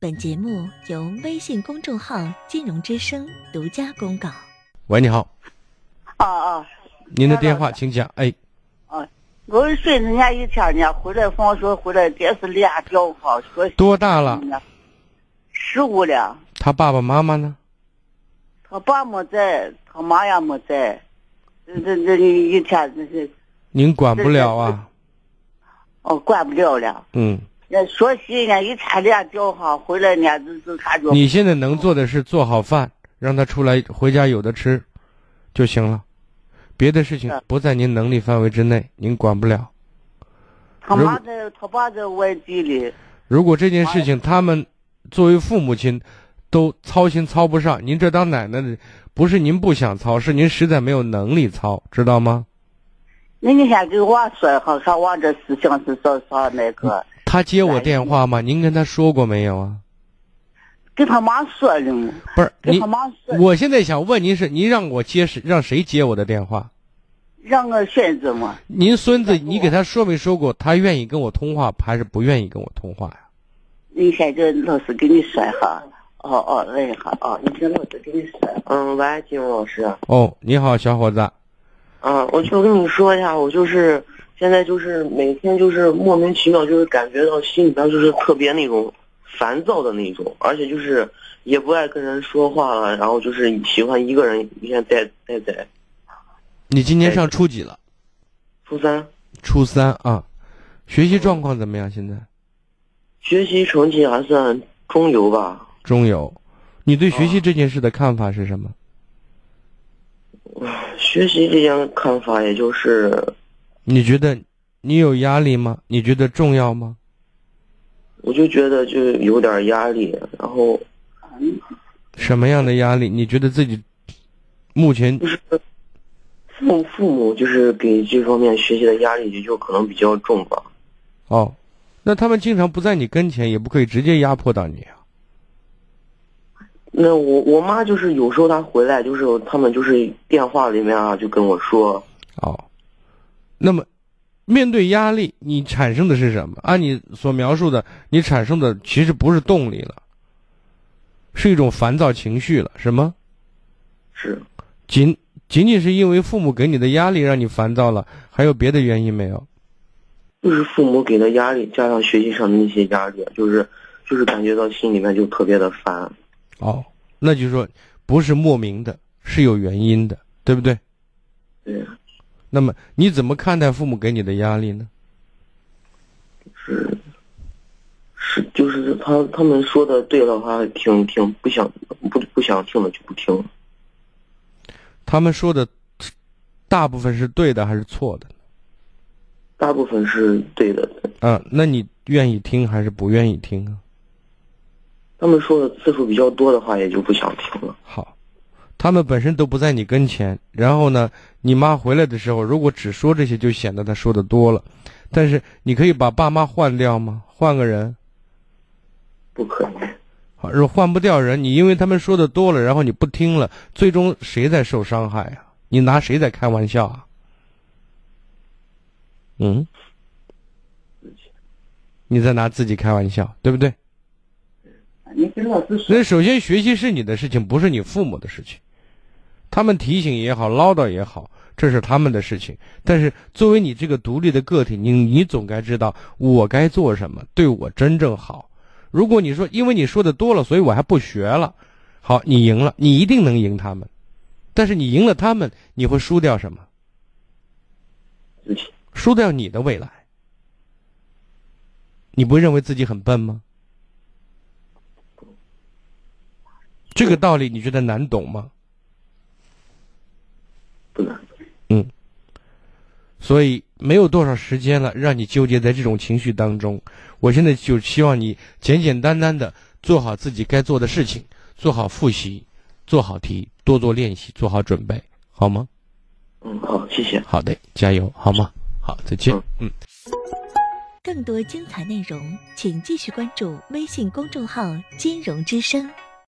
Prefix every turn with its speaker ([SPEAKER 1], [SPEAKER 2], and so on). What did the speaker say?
[SPEAKER 1] 本节目由微信公众号“金融之声”独家公告。
[SPEAKER 2] 喂，你好，
[SPEAKER 3] 啊啊，
[SPEAKER 2] 您的电
[SPEAKER 3] 哎
[SPEAKER 2] 话
[SPEAKER 3] 老师
[SPEAKER 2] 请讲。哎，
[SPEAKER 3] 我是顺着人家一天呢，回来跟我说回来电视俩掉好，说
[SPEAKER 2] 多大了？
[SPEAKER 3] 十五了，
[SPEAKER 2] 他爸爸妈妈呢？
[SPEAKER 3] 他爸没在，他妈也没在，这这这一天这是
[SPEAKER 2] 您管不了啊。
[SPEAKER 3] 哦管不了了。
[SPEAKER 2] 嗯，
[SPEAKER 3] 那说起呢，一天俩掉好，回来呢就就他就
[SPEAKER 2] 你现在能做的是做好饭，让他出来回家有的吃，就行了。别的事情
[SPEAKER 3] 是
[SPEAKER 2] 不在您能力范围之内，您管不了。
[SPEAKER 3] 他妈在他爸在外地里，
[SPEAKER 2] 如果这件事情他们作为父母亲都操心操不上，您这当奶奶的不是您不想操，是您实在没有能力操，知道吗？
[SPEAKER 3] 那你先给我说一下，看我这事情是咋啥那个，
[SPEAKER 2] 他接我电话吗？您跟他说过没有啊？
[SPEAKER 3] 跟他妈说了嘛，
[SPEAKER 2] 不是
[SPEAKER 3] 跟
[SPEAKER 2] 您
[SPEAKER 3] 他，妈说，
[SPEAKER 2] 我现在想问您是，您让我接谁让谁接我的电话？
[SPEAKER 3] 让我选择嘛。
[SPEAKER 2] 您孙子，你给他说没说过，他愿意跟我通话还是不愿意跟我通话呀？
[SPEAKER 3] 你先这老师给你说一下，哦哦，问一下，哦，你听老师给你说，
[SPEAKER 4] 嗯，喂，金荣老师，
[SPEAKER 2] 哦，你好，小伙子，
[SPEAKER 4] 嗯，我就跟你说一下，我就是现在就是每天就是莫名其妙，就是感觉到心里边就是特别那种烦躁的那种，而且就是也不爱跟人说话了，然后就是喜欢一个人一天待待在
[SPEAKER 2] 你今年上初几了？
[SPEAKER 4] 初三，
[SPEAKER 2] 初三啊，学习状况怎么样？现在
[SPEAKER 4] 学习成绩还算中游吧。
[SPEAKER 2] 中游，你对学习这件事的看法是什么？
[SPEAKER 4] 学习这件看法，也就是
[SPEAKER 2] 你觉得你有压力吗？你觉得重要吗？
[SPEAKER 4] 我就觉得就有点压力，然后
[SPEAKER 2] 什么样的压力？你觉得自己目前
[SPEAKER 4] 就是父父母就是给这方面学习的压力也就可能比较重吧。
[SPEAKER 2] 哦，那他们经常不在你跟前，也不可以直接压迫到你啊。
[SPEAKER 4] 那我我妈就是有时候她回来，就是他们就是电话里面啊，就跟我说，
[SPEAKER 2] 哦，那么面对压力，你产生的是什么？按你所描述的，你产生的其实不是动力了，是一种烦躁情绪了。什么？
[SPEAKER 4] 是
[SPEAKER 2] 仅仅仅是因为父母给你的压力让你烦躁了，还有别的原因没有？
[SPEAKER 4] 就是父母给的压力，加上学习上的那些压力，啊就是就是感觉到心里面就特别的烦。
[SPEAKER 2] 哦，那就是说不是莫名的，是有原因的，对不对？
[SPEAKER 4] 对，
[SPEAKER 2] 那么你怎么看待父母给你的压力呢？
[SPEAKER 4] 是是就是他他们说的对的话，挺挺不想不不想听的就不听。
[SPEAKER 2] 他们说的大部分是对的还是错的？
[SPEAKER 4] 大部分是对的，
[SPEAKER 2] 啊，那你愿意听还是不愿意听啊？
[SPEAKER 4] 他们说的次数比较多的话，也就不想听了。
[SPEAKER 2] 好，他们本身都不在你跟前，然后呢，你妈回来的时候，如果只说这些，就显得她说的多了。但是你可以把爸妈换掉吗？换个人，
[SPEAKER 4] 不可能，
[SPEAKER 2] 好，如果换不掉人，你因为他们说的多了，然后你不听了，最终谁在受伤害啊？你拿谁在开玩笑啊？嗯，你在拿自己开玩笑，对不对？
[SPEAKER 4] 啊
[SPEAKER 3] 你跟老师
[SPEAKER 2] 所以，首先学习是你的事情，不是你父母的事情。他们提醒也好，唠叨也好，这是他们的事情。但是，作为你这个独立的个体，你你总该知道我该做什么，对我真正好。如果你说因为你说的多了，所以我还不学了，好，你赢了，你一定能赢他们。但是你赢了他们，你会输掉什么？
[SPEAKER 4] 自己
[SPEAKER 2] 输掉你的未来。你不会认为自己很笨吗？这个道理你觉得难懂吗？
[SPEAKER 4] 不能。
[SPEAKER 2] 所以没有多少时间了，让你纠结在这种情绪当中。我现在就希望你简简单单的做好自己该做的事情，做好复习，做好题，多做练习，做好准备，好吗？
[SPEAKER 4] 嗯，好，谢谢。
[SPEAKER 2] 好的，加油，好吗？好，再见
[SPEAKER 4] 嗯。
[SPEAKER 2] 嗯。
[SPEAKER 1] 更多精彩内容，请继续关注微信公众号“金融之声”。